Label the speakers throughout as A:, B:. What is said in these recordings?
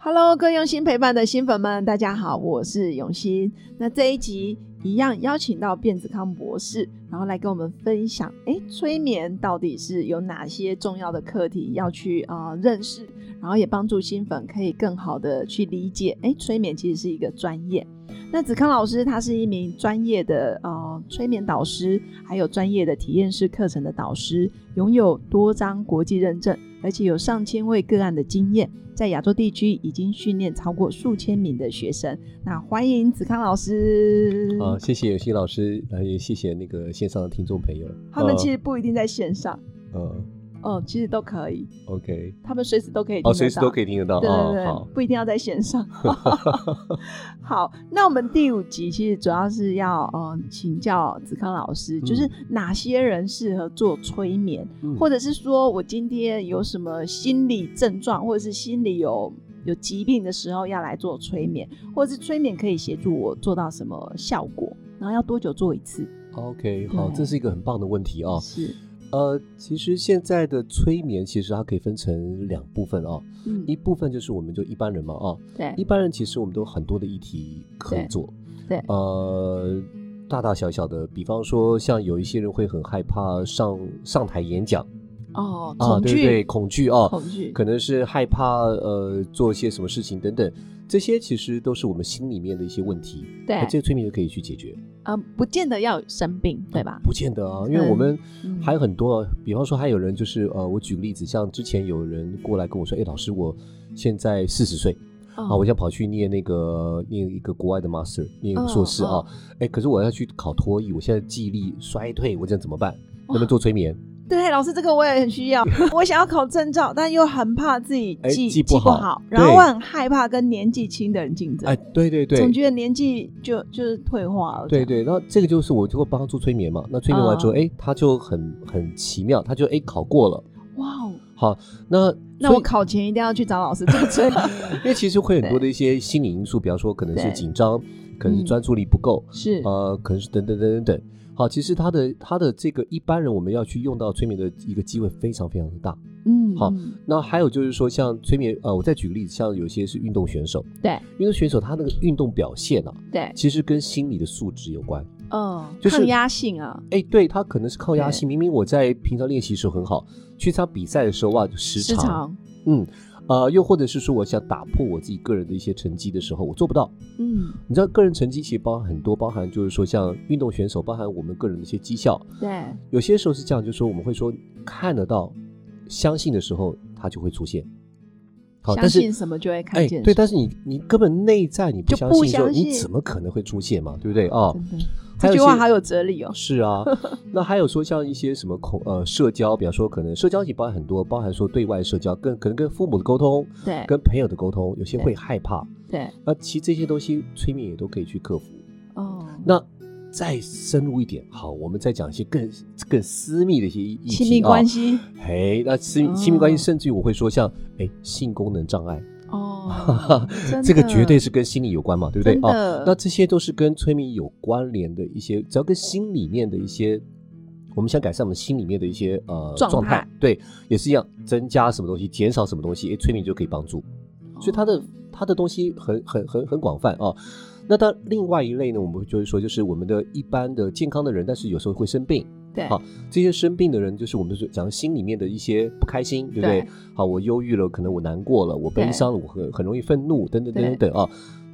A: Hello，各位用心陪伴的新粉们，大家好，我是永新。那这一集一样邀请到卞子康博士，然后来跟我们分享，哎，催眠到底是有哪些重要的课题要去啊、呃认识，然后也帮助新粉可以更好的去理解，哎，催眠其实是一个专业。那子康老师他是一名专业的呃催眠导师，还有专业的体验式课程的导师，拥有多张国际认证，而且有上千位个案的经验，在亚洲地区已经训练超过数千名的学生。那欢迎子康老师。
B: 啊，谢谢有新老师，呃，也谢谢那个线上的听众朋友。
A: 他们
B: 呃
A: 其实不一定在线上，
B: 呃
A: 哦，其实都可以，
B: ，OK，
A: 他们随时都可以听得到。
B: 哦，随时都可以听得到
A: 对对对，
B: 哦。
A: 不一定要在线 上。 好，那我们第五集其实主要是要呃请教子康老
B: 嗯
A: 师，就是哪些人适合做催眠，
B: 好，
A: 或
B: 者
A: 者是说我今天有什么心理症状，或者是心理有有疾病的时候要来做催眠，或者是催眠可以协助我做到什么效果，然后要多久做一次？
B: OK，好，
A: 对
B: 这是一个很棒的问题哦。
A: 是，
B: 呃，其实现在的催眠其实它可以分成两部分哦，
A: 嗯，
B: 一部分就是我们就一般人嘛哦，
A: 对
B: 一般人其实我们都有很多的议题可以
A: 对
B: 做，
A: 对
B: 呃，大大小小的，比方说像有一些人会很害怕上上台演讲
A: 哦，
B: 啊，
A: 恐
B: 对对，
A: 惧，
B: 恐惧哦，
A: 恐惧，
B: 可能是害怕呃做一些什么事情等等，这些其实都是我们心里面的一些问题，
A: 对
B: 那，这个催眠就可以去解决，
A: 呃，不见得要有生病，对吧？
B: 不见得啊，因为我们
A: 嗯
B: 还有很多，啊，比方说还有人就是呃，我举个例子，像之前有人过来跟我说，哎，老师，我现在四十岁啊，
A: 哦
B: 我想跑去念那个念一个国外的 master，念一个硕士
A: 哦
B: 啊，哎，可是我要去考托译，我现在记忆力衰退，我这样怎么办？能不能做催眠？
A: 对，老师这个我也很需要，我想要考证照，但又很怕自己
B: 哎
A: 记
B: 记
A: 不
B: 不好
A: 然后
B: 对
A: 我很害怕跟年纪轻的人竞争，
B: 哎，对对对，
A: 总觉得年纪就就是退化了。
B: 对，对，然后这个就是我就会帮他做催眠嘛。那催眠完
A: 哦
B: 之后，哎、他就很很奇妙，他就哎考过了。
A: 哇哦，
B: 好，那
A: 那
B: 所
A: 我
B: 以
A: 考前一定要去找老师做 证。
B: 因为其实会很多的一些心理因素，比方说可能是
A: 对
B: 紧张，可能
A: 嗯
B: 是专注力不够，
A: 是，
B: 呃，可能是等等等等等。好，其实他的他的这个一般人我们要去用到催眠的一个机会非常非常的大。
A: 嗯，
B: 好
A: 嗯，
B: 那还有就是说，像催眠，呃，我再举个例子，像有些是运动选手，
A: 对
B: 运动选手他那个运动表现啊，
A: 对，
B: 其实跟心理的素质有关。
A: 嗯，
B: 就是
A: 抗压性啊，
B: 哎，对他可能是抗压
A: 对
B: 性。明明我在平常练习的时候很好，去参加比赛的时候哇，就时
A: 时
B: 长，
A: 长，
B: 嗯，呃，又或者是说我想打破我自己个人的一些成绩的时候，我做不到。
A: 嗯，
B: 你知道，个人成绩其实包含很多，包含就是说像运动选手，包含我们个人的一些绩效。
A: 对，
B: 有些时候是这样，就是说我们会说看得到、相信的时候，它就会出现。好，
A: 相
B: 但是
A: 信什么就会看
B: 哎，
A: 见什么，
B: 对，但是你你根本内在你不
A: 就
B: 相
A: 不
B: 信的时候，
A: 相
B: 你
A: 信
B: 怎么可能会出现嘛？对不对啊？
A: 真的
B: 还
A: 这
B: 有
A: 句
B: 一
A: 话
B: 些
A: 好有哲理哦。
B: 是 啊，那还有说像一些什么恐呃社交，比方说可能社交也包含很多，包含说对外社交，跟可能跟父母的沟通，
A: 对
B: 跟朋友的沟通，有些会害怕。
A: 对，
B: 那其实这些东西催眠也都可以去克服。
A: 哦，
B: 那再深入一点，好，我们再讲一些更更私密的一些啊议题
A: 亲密关
B: 系。
A: 系，
B: 哎，那私密亲密关系，甚至于我会说像哎性功能障碍，，
A: 哦
B: 这
A: 真
B: 个
A: 的
B: 绝对是跟心理有关嘛，对不对
A: 真
B: 啊？
A: 的
B: 那这些都是跟催眠有关联的一些，只要跟心里面的一些，我们想改善我们心里面的一些呃
A: 状态
B: 对，也是一样，增加什么东西，减少什么东西，诶，催眠就可以帮助。
A: 哦
B: 所以它的它的东西很很很很广泛啊。那它另外一类呢，我们就是说，就是我们的一般的健康的人，但是有时候会生病。
A: 对，
B: 好这些生病的人，就是我们所讲心里面的一些不开心，对不对？
A: 对
B: 好，我忧郁了，可能我难过了，我悲
A: 对
B: 伤了，我很很容易愤怒，等等等等等啊，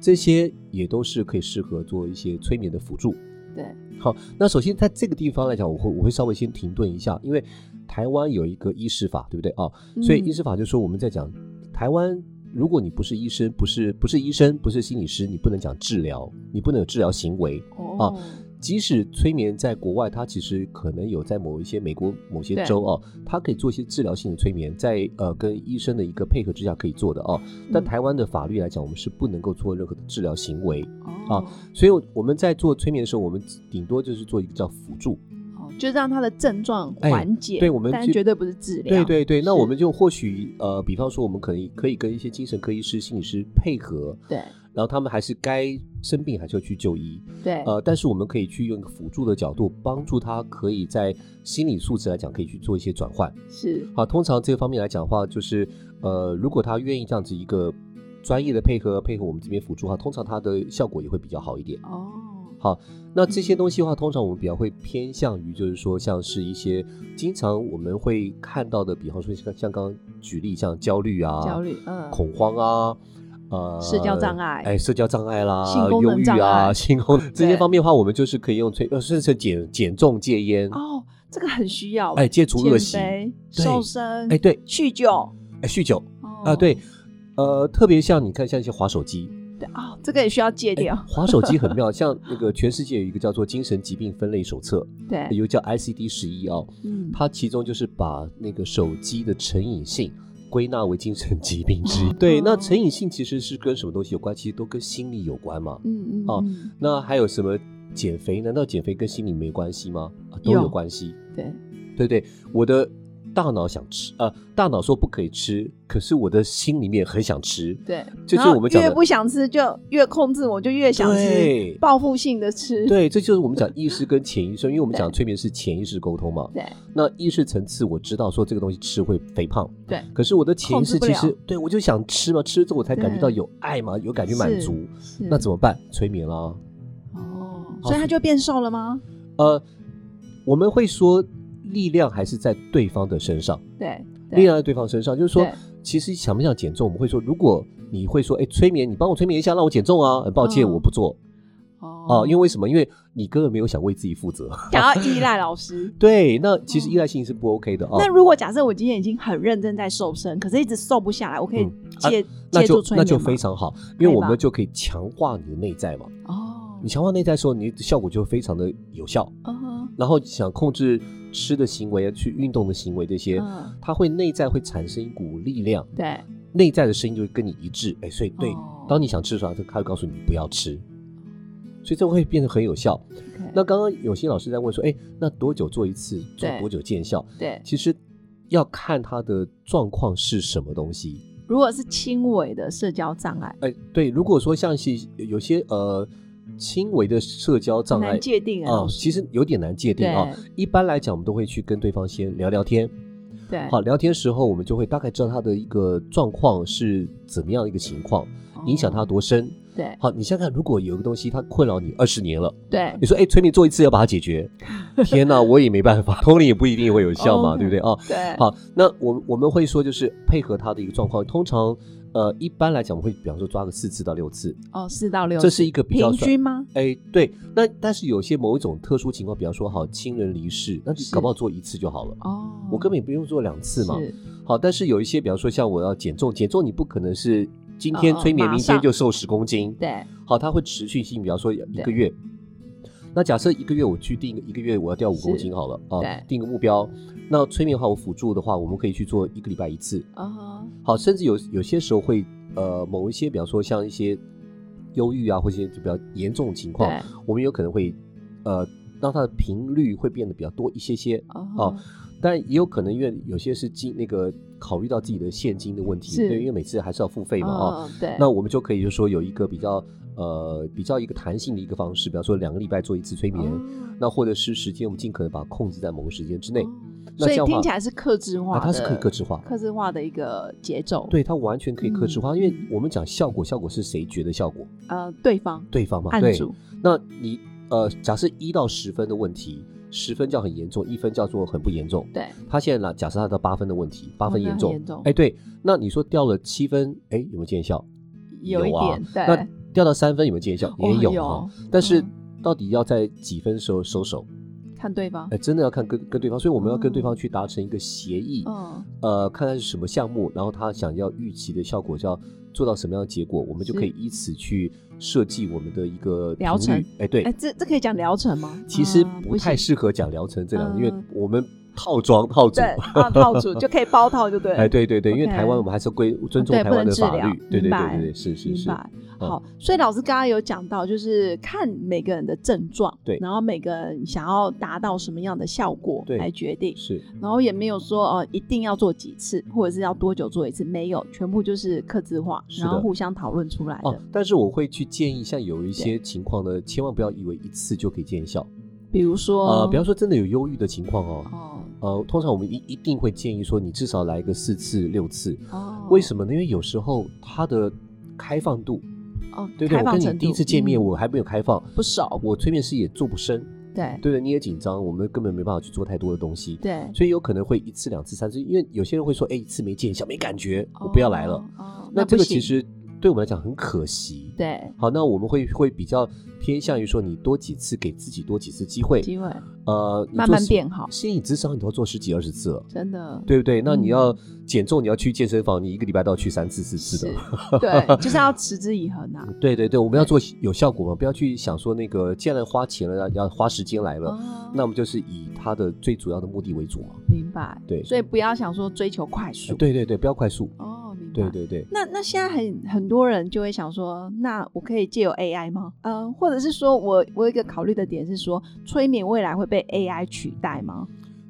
B: 这些也都是可以适合做一些催眠的辅助。
A: 对，
B: 好，那首先在这个地方来讲，我会我会稍微先停顿一下，因为台湾有一个医师法，对不对啊？
A: 嗯
B: 所以医师法就说我们在讲台湾，如果你不是医生，不是不是医生，不是心理师，你不能讲治疗，你不能有治疗行为。啊
A: 哦，
B: 即使催眠在国外，它其实可能有在某一些美国某些
A: 对
B: 州哦，它可以做一些治疗性的催眠，在呃跟医生的一个配合之下可以做的哦。但
A: 嗯
B: 台湾的法律来讲，我们是不能够做任何的治疗行为，
A: 哦，
B: 所以我们在做催眠的时候，我们顶多就是做一个叫辅助，
A: 哦就让他的症状缓解。
B: 哎对我们
A: 但
B: 去
A: 绝对不是治疗。
B: 对对对，那
A: 是
B: 我们就或许呃，比方说我们可以可以跟一些精神科医师、心理师配合，
A: 对
B: 然后他们还是该生病还是要去就医，
A: 对
B: 呃，但是我们可以去用一个辅助的角度帮助他，可以在心理素质来讲可以去做一些转换。
A: 是
B: 好，通常这方面来讲的话，就是呃，如果他愿意这样子一个专业的配合，配合我们这边辅助的话，通常他的效果也会比较好一点。
A: 哦，
B: 那这些东西的话，通常我们比较会偏向于，就是说像是一些经常我们会看到的，比方说像像刚刚举例，像焦虑啊、
A: 焦虑嗯
B: 恐慌啊。呃，
A: 社交障碍
B: 哎，社交障碍啦，
A: 性功能
B: 忧郁
A: 障碍
B: 啊， 性功能这
A: 对
B: 些方面的话，我们就是可以用催，呃，甚至减减重、戒烟，
A: 哦，这个很需要。
B: 哎，戒除
A: 减
B: 恶习，哎，
A: 肥、
B: 对哎
A: 瘦身、
B: 对，
A: 酗酒
B: 哎，酗酒
A: 哦
B: 啊，对，呃，特别像你看，像一些滑手机，
A: 对哦，这个也需要
B: 哎
A: 戒掉。
B: 滑手机很妙，像那个全世界有一个叫做《精神疾病分类手册》，
A: 对，
B: 有一个叫 ICD 十一哦，
A: 嗯，
B: 它其中就是把那个手机的成瘾性归纳为精神疾病之
A: 哦
B: 一。对，那成瘾性其实是跟什么东西有关？其实都跟心理有关嘛。
A: 嗯嗯
B: 哦
A: 嗯，
B: 那还有什么减肥？难道减肥跟心理没关系吗？啊、都
A: 有
B: 有关系。
A: 对，
B: 对对，我的大脑想吃，呃，大脑说不可以吃，可是我的心里面很想吃。
A: 对，
B: 这
A: 然
B: 就是
A: 后
B: 我们讲
A: 越
B: 的
A: 啊不想吃就越控制，我就越想吃，
B: 对
A: 报复性的吃。
B: 对，这就是我们讲意识跟潜意识，因为我们讲催眠是潜意识沟通嘛。
A: 对
B: 那意识层次我知道说这个东西吃会肥胖，
A: 对
B: 可是我的潜意
A: 控制
B: 识
A: 不
B: 其
A: 了
B: 实对我就想吃嘛，吃之后我才感觉到
A: 对
B: 有爱嘛，有感觉满
A: 是
B: 足，
A: 是
B: 那怎么办？催眠啊啦。
A: 哦，
B: 好
A: 所以他就变瘦了吗？
B: 呃，我们会说力量还是在对方的身上，
A: 对，对
B: 力量在对方身上，就是说
A: 对，
B: 其实想不想减重，我们会说，如果你会说，哎，催眠，你帮我催眠一下，让我减重啊，很抱歉，
A: 嗯
B: 我不做啊、
A: 哦
B: 因为为什么？因为你根本没有想为自己负责。。
A: 想要依赖老师
B: 对，那其实依赖性是不 OK 的啊、
A: 那如果假设我今天已经很认真在瘦身，可是一直瘦不下来，我可以借、
B: 嗯啊那
A: 借助
B: 就
A: 催眠
B: 那就
A: 吗
B: 非常好，因为我
A: 可以吧
B: 们就可以强化你的内在嘛。
A: 哦，
B: 你强化内在的时候，你效果就非常的有效。
A: 嗯哼
B: 然后想控制吃的行为、啊去运动的行为这些，
A: 嗯
B: 它会内在会产生一股力量，
A: 对
B: 内在的声音就会跟你一致。哎，所以对，
A: 哦
B: 当你想吃的时候，它它会告诉你不要吃，所以这会变得很有效。
A: ，OK，
B: 那刚刚有些老师在问说，哎，那多久做一次？做
A: 对
B: 多久见效？
A: 对，
B: 其实要看他的状况是什么东西。
A: 如果是轻微的社交障碍，
B: 哎，对，如果说像是有些呃轻微的社交障
A: 很
B: 碍
A: 难界定啊
B: 啊，，其实有点难界定啊。一般来讲，我们都会去跟对方先聊聊天。
A: 对，
B: 哦好，聊天时候我们就会大概知道他的一个状况是怎么样一个情况，影响他
A: 哦
B: 多深。
A: 对
B: 好，你想想看，如果有个东西它困扰你二十年了，
A: 对
B: 你说哎，催眠做一次要把它解决，天哪，我也没办法，通灵也不一定会有效
A: 哦
B: 嘛，对不对啊？
A: 对，
B: 好，那我们我们会说就是配合他的一个状况，通常呃一般来讲我们会比方说抓个四次到六次，
A: 哦，四到六，
B: 这是一个比较
A: 平
B: 算
A: 均吗？
B: 哎对，那但是有些某一种特殊情况，比方说好亲人离世，那你
A: 是
B: 搞不好做一次就好了。
A: 哦，
B: 我根本也不用做两次嘛，
A: 是
B: 好，但是有一些，比方说像我要减重，减重你不可能是今天
A: 嗯嗯
B: 催眠，
A: 马
B: 明天
A: 上
B: 就瘦十公斤，
A: 对
B: 好，它会持续性，比方说一个
A: 对
B: 月。那假设一个月我去定一个一个月我要掉五公
A: 是
B: 斤好了啊
A: 对，
B: 定个目标。那催眠的话，我辅助的话，我们可以去做一个礼拜一次，
A: 啊，
B: 好，甚至有有些时候会呃某一些，比方说像一些忧郁啊，或者一些比较严重的情况，
A: 对
B: 我们有可能会呃让它的频率会变得比较多一些些，
A: 哦，
B: 但也有可能因为有些是经那个考虑到自己的现金的问题，
A: 是
B: 对，因为每次还是要付费嘛啊、
A: 嗯，对，
B: 那我们就可以就说有一个比较呃比较一个弹性的一个方式，比方说两个礼拜做一次催眠，
A: 哦
B: 那或者是时间我们尽可能把它控制在某个时间之内，
A: 哦
B: 那
A: 所以
B: 这样的
A: 听
B: 话
A: 起来是克制哦化
B: 啊，
A: 的，
B: 它是可以克制化。
A: 克制化的一个节奏，，
B: 对它完全可以克制化，
A: 嗯
B: 因为我们讲效果，效果是谁觉得效果？
A: 呃，对方
B: 对方嘛，
A: 按
B: 哦对。
A: 住，
B: 那你呃，假设一到十分的问题，十分叫很严重，一分叫做很不严重。
A: 对，
B: 他现在呢，假设他到八分的问题，八
A: 哦
B: 分
A: 那
B: 严
A: 很
B: 重
A: 严重，
B: 哎、对，那你说掉了七分，哎，有没有见效？
A: 有一
B: 有啊
A: 点，
B: 那
A: 对，
B: 掉到三分有没有见效？也
A: 哦
B: 有
A: 有
B: 哈、但是
A: 嗯
B: 到底要在几分时候收手？
A: 看对方
B: 哎，，真的要看跟跟对方，所以我们要跟对
A: 嗯
B: 方去达成一个协议，
A: 嗯，
B: 呃，看看是什么项目，然后他想要预期的效果是要做到什么样的结果，我们就是可以依此去设计我们的一个
A: 疗
B: 频率
A: 程。
B: 哎，对
A: 哎，，这这可以讲疗程吗？
B: 其实
A: 啊
B: 不太
A: 行
B: 适合讲疗程这两个，因为
A: 嗯
B: 我们套装套组
A: 对。啊，套 组就可以包套，就对了。
B: 哎，对对对，因为
A: OK 嗯
B: 台湾我们还是归尊重
A: 对
B: 台
A: 不
B: 湾
A: 能
B: 的
A: 治
B: 法
A: 疗
B: 律，对对
A: 明
B: 对
A: 白
B: 对对，是是
A: 明
B: 是，
A: 白。
B: 嗯
A: 好，所以老师刚刚有讲到，就是看每个人的症状，
B: 对
A: 然后每个人想要达到什么样的效果
B: 对
A: 来决定，
B: 是
A: 然后也没有说哦、呃一定要做几次，或者是要多久做一次，没有，全部就是刻字化，
B: 是的
A: 然后互相讨论出来的。
B: 哦。但是我会去建议，像有一些情况呢，千万不要以为一次就可以见效。
A: 比如说，
B: 呃，比方说真的有忧郁的情况哦，
A: 哦
B: 呃，通常我们一一定会建议说，你至少来个四次六次。
A: 哦，
B: 为什么呢？因为有时候它的开放度，
A: 么？哦，
B: 对不对？
A: 开
B: 我
A: 放
B: 跟
A: 程
B: 你
A: 度
B: 第一次见面，
A: 嗯
B: 我还没有开放，
A: 不熟，
B: 我催眠师也做不深，
A: 对
B: 对不对？你也紧张，我们根本没办法去做太多的东西。
A: 对，
B: 所以有可能会一次、两次、三次，因为有些人会说，哎，一次没见效，没感觉，我不要来了。
A: 哦。哦
B: 那
A: 那
B: 这
A: 不
B: 个
A: 行
B: 其实对我们来讲很可惜。
A: 对
B: 好，那我们会会比较偏向于说，你多几次给自己多几次机会，
A: 机会
B: 呃，你
A: 慢
B: 做
A: 慢
B: 十
A: 变好
B: 心理智商你都要做十几二十次了，
A: 真 的
B: 对不对？那
A: 嗯
B: 你要减重，你要去健身房，你一个礼拜都要去三次四次的。
A: 是对，就是要持之以恒啊。
B: 对对对，我们要做有效果嘛，不要去想说那个既然花钱了，要要花时间来了，
A: 哦
B: 那我们就是以它的最主要的目的为主嘛。
A: 明白，
B: 对
A: 所以不要想说追求快速。
B: 呃对对对，不要快速。
A: 哦，明白。
B: 对对对，
A: 那那现在很很多人就会想说，那我可以借由 AI 吗？嗯、或者是说我我有一个考虑的点是说，催眠未来会被 AI 取代吗？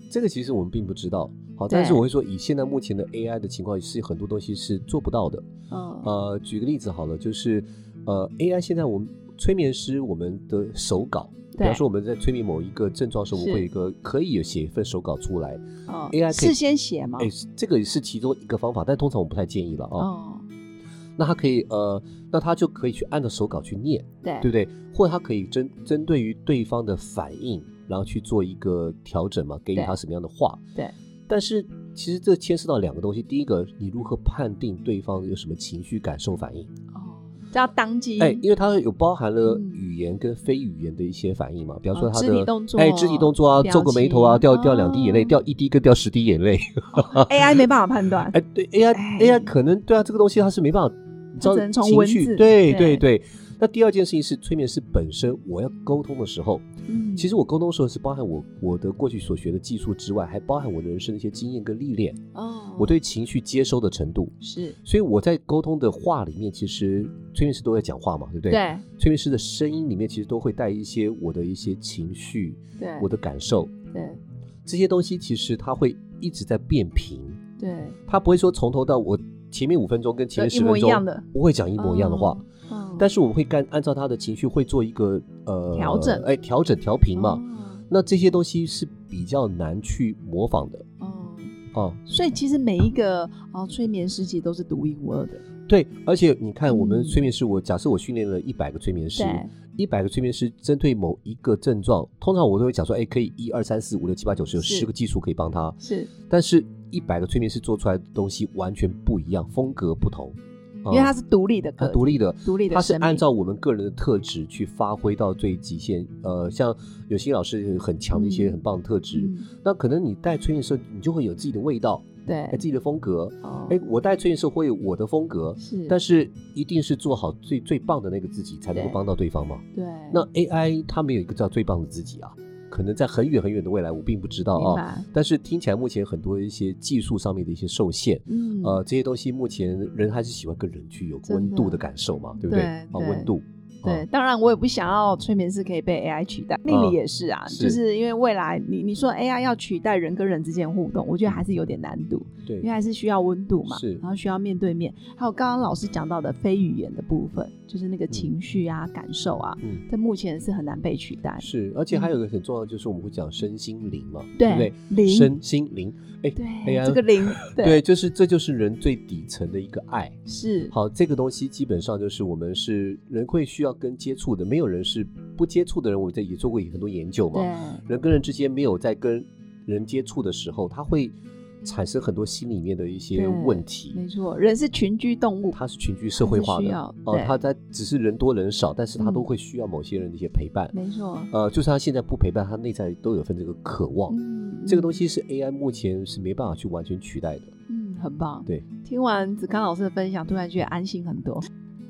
B: 这个其实我们并不知道。好，
A: 对
B: 但是我会说，以现在目前的 AI 的情况，是很多东西是做不到的。
A: 嗯、
B: 呃，举个例子好了，就是呃，AI 现在我们催眠师我们的手稿，比
A: 对
B: 方说我们在催眠某一个症状的时候，我们
A: 是
B: 会有一个可以有写一份手稿出来。
A: 哦
B: AI 可以
A: 事先写吗？
B: 哎，这个是其中一个方法，但通常我不太建议了啊。
A: 哦，
B: 那他可以呃，那他就可以去按照手稿去念，
A: 对
B: 对不对？或者他可以针针对于对方的反应，然后去做一个调整嘛，给予
A: 对
B: 他什么样的话。
A: 对
B: 但是其实这牵涉到两个东西，第一个，你如何判定对方有什么情绪、感受、反应？
A: 哦，这要当机。
B: 哎，因为它有包含了
A: 嗯
B: 语言跟非语言的一些反应嘛，比方
A: 哦
B: 说他
A: 肢
B: 的
A: 体动作
B: 哎，肢体动作啊，
A: 表
B: 皱个眉头啊，
A: 情
B: 掉掉两滴眼泪，
A: 哦
B: 掉一滴跟掉十滴眼泪。
A: AI 没办法判断。
B: 哎，对，AI
A: 哎
B: AI 可能对啊，这个东西它是没办法，你知道
A: 它只能从
B: 情
A: 文
B: 绪，
A: 字
B: 对
A: 对
B: 对对。那第二件事情是催眠师本身，我要沟通的时候，
A: 嗯
B: 其实我沟通的时候是包含我我的过去所学的技术之外，还包含我人生的一些经验跟历练，
A: 哦，
B: 我对情绪接收的程度。
A: 是
B: 所以我在沟通的话里面，其实催眠师都在讲话嘛，对不对？
A: 对
B: 催眠师的声音里面其实都会带一些我的一些情绪、
A: 对
B: 我的感受
A: 对
B: 这些东西，其实它会一直在变频，
A: 对
B: 它不会说从头到我前面五分钟跟前面
A: 就一
B: 十
A: 模一
B: 分钟
A: 样的
B: 不会讲一模一样的话，，
A: 嗯
B: 但是我们会干按照他的情绪会做一个呃
A: 调整
B: 哎调整调频嘛。
A: 哦
B: 那这些东西是比较难去模仿的
A: 哦
B: 哦，
A: 所以其实每一个哦催眠师其实都是独一无二的，
B: 对，而且你看我们
A: 嗯
B: 催眠师，我假设我训练了一百个催眠师，
A: 对
B: 一百个催眠师针对某一个症状，通常我都会讲说，哎，可以一二三四五六七八九十有
A: 是
B: 十个技术可以帮他，
A: 是，
B: 但是一百个催眠师做出来的东西完全不一样，风格不同，
A: 因
B: 因
A: 为它是独立的个
B: 哦它
A: 体
B: 独立的。
A: 独立的
B: 它是
A: 生命，
B: 按照我们个人的特质去发挥到最极限，呃，像有些老师很强的一些
A: 嗯
B: 很棒的特质，
A: 嗯
B: 那可能你带催眠的时候，你就会有自己的味道，
A: 对
B: 哎，自己的风格。
A: 哦
B: 哎，我带催眠的时候会有我的风格，
A: 是，
B: 但
A: 是
B: 是一定是做好最最棒的那个自己，才能够
A: 对
B: 帮到对方嘛。
A: 对
B: 那 AI 它没有一个叫最棒的自己啊，可能在很远很远的未来，我并不知道
A: 明
B: 啊。
A: 白，
B: 但是听起来目前很多一些技术上面的一些受限，
A: 嗯
B: 呃，这些东西目前人还是喜欢跟人去有
A: 真的
B: 温度的感受嘛，对不对？
A: 对
B: 啊，
A: 对
B: 温度。
A: 对
B: 啊，，
A: 当然我也不想要催眠师可以被 AI 取代，命理也是啊，
B: 哦是
A: 就是因为未来你你说 AI 要取代人跟人之间互动，我觉得还是有点难度，因为
B: 对，
A: 还是需要温度嘛，
B: 是
A: 然后需要面对面，还有刚刚老师讲到的非语言的部分，就是那个情绪啊、感受啊，
B: 嗯，
A: 在目前是很难被取代，
B: 是。而且还有一个很重要的就是我们会讲身心灵嘛，不对？
A: 零，
B: 身心灵，哎，
A: 对
B: AI
A: 这个 零，
B: 对，就是这就是人最底层的一个爱。
A: 是，
B: 好，这个东西基本上就是我们是人会需要跟接触的，没有人是不接触的人。我这也做过很多研究嘛，
A: 对，
B: 人跟人之间没有在跟人接触的时候，他会产生很多心里面的一些
A: 对
B: 问题
A: 没。错，人是群居动物，
B: 他是群居社会化
A: 他是需
B: 的
A: 要
B: 哦
A: 对，
B: 他在只是人多人少，但是他都
A: 嗯
B: 会需要某些人的一些陪伴。
A: 没错，
B: 呃，就算他现在不陪伴，他内在都有份这个渴望。
A: 嗯，
B: 这个东
A: 西，
B: 西是 AI 目前是没办法去完全取代的。
A: 嗯，很棒。
B: 对，
A: 听完子康老师的分享，突然觉得安心很多。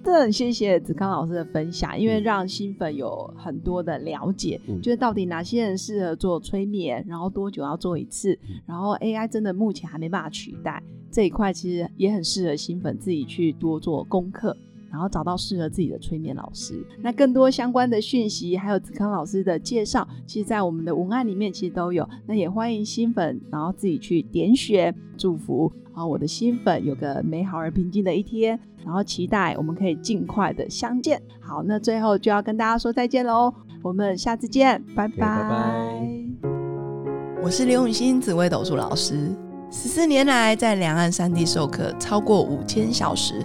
A: 真的很谢谢子康老师的分享，因为让新粉有很多的了解，
B: 嗯
A: 就是到底哪些人适合做催眠，然后多久要做一次，
B: 嗯
A: 然后 AI 真的目前还没办法取代这一块，其实也很适合新粉自己去多做功课。然后找到适合自己的催眠老师。那更多相关的讯息，还有子康老师的介绍，其实，在我们的文案里面其实都有。那也欢迎新粉，然后自己去点选。祝福啊，我的新粉有个美好而平静的一天。然后期待我们可以尽快的相见。好，那最后就要跟大家说再见喽，我们下次见，拜拜。
B: 拜拜
C: 我是刘永新，紫薇斗数老师。十四年来，在两岸三地授课超过五千小时，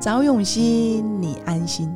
C: 找永熙，你安心。